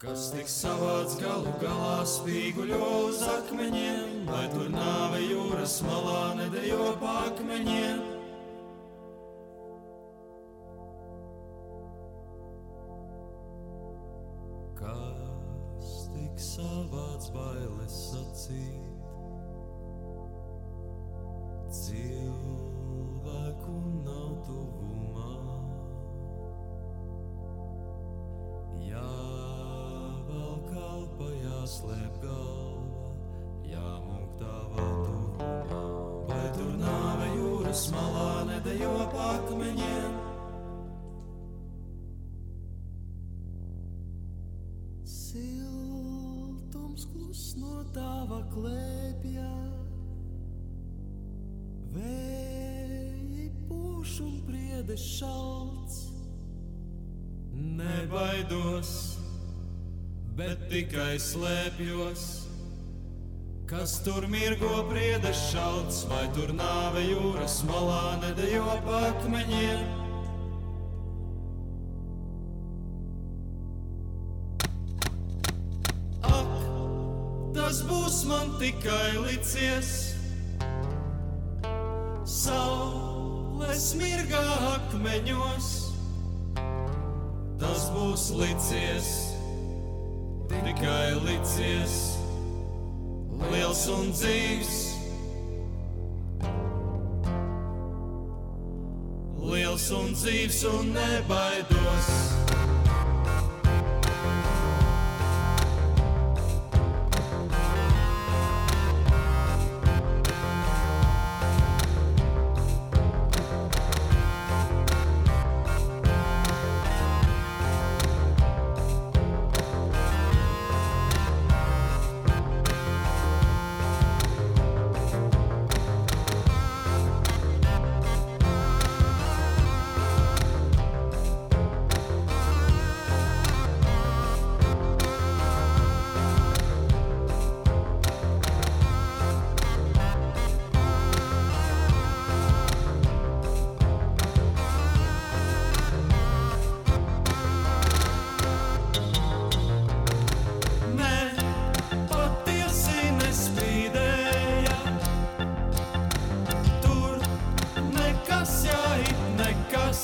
S6: Kas tiks savāds galu galā spīguļo uz akmeņiem, lai tur nāve jūras malā nedejo pa akmeņiem. Kas tiks savāds bailes sacīt, cilvēku nav tuvumā. Jāvelk kalpa, jāslēp galva, jāmūk tavā tuvumā. Vai tur nāve jūras malā nedejo pa akmeņiem? Siltums klus no tava klēpja, vēji pūš un priedes šalts. Nebaidos, bet tikai slēpjos. Kas tur mirgo priedes šalts, vai tur nāve jūras malā nedejo pa akmeņiem? Ak, tas būs man tikai licies. Saule smirgā akmeņos tas būs licies, tikai licies, liels un dzīves. Liels un dzīves un nebaidos. Nē, patiesi nespīdēja. Tur nekas, jā, it nekas.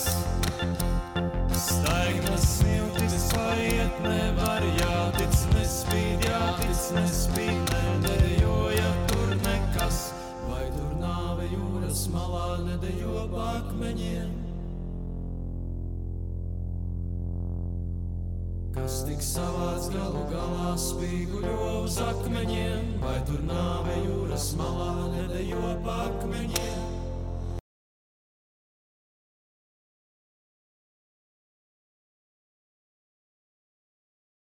S6: Staignas smiltis paiet nevar, jātic nespīd, jātic nespīd, nē, nedejoja tur nekas. Vai tur nāve jūras malā nedejo pa akmeņiem? Kas tik savāds galu galā spīguļo uz akmeņiem, vai tur nāve jūras malā nedejo pa akmeņiem?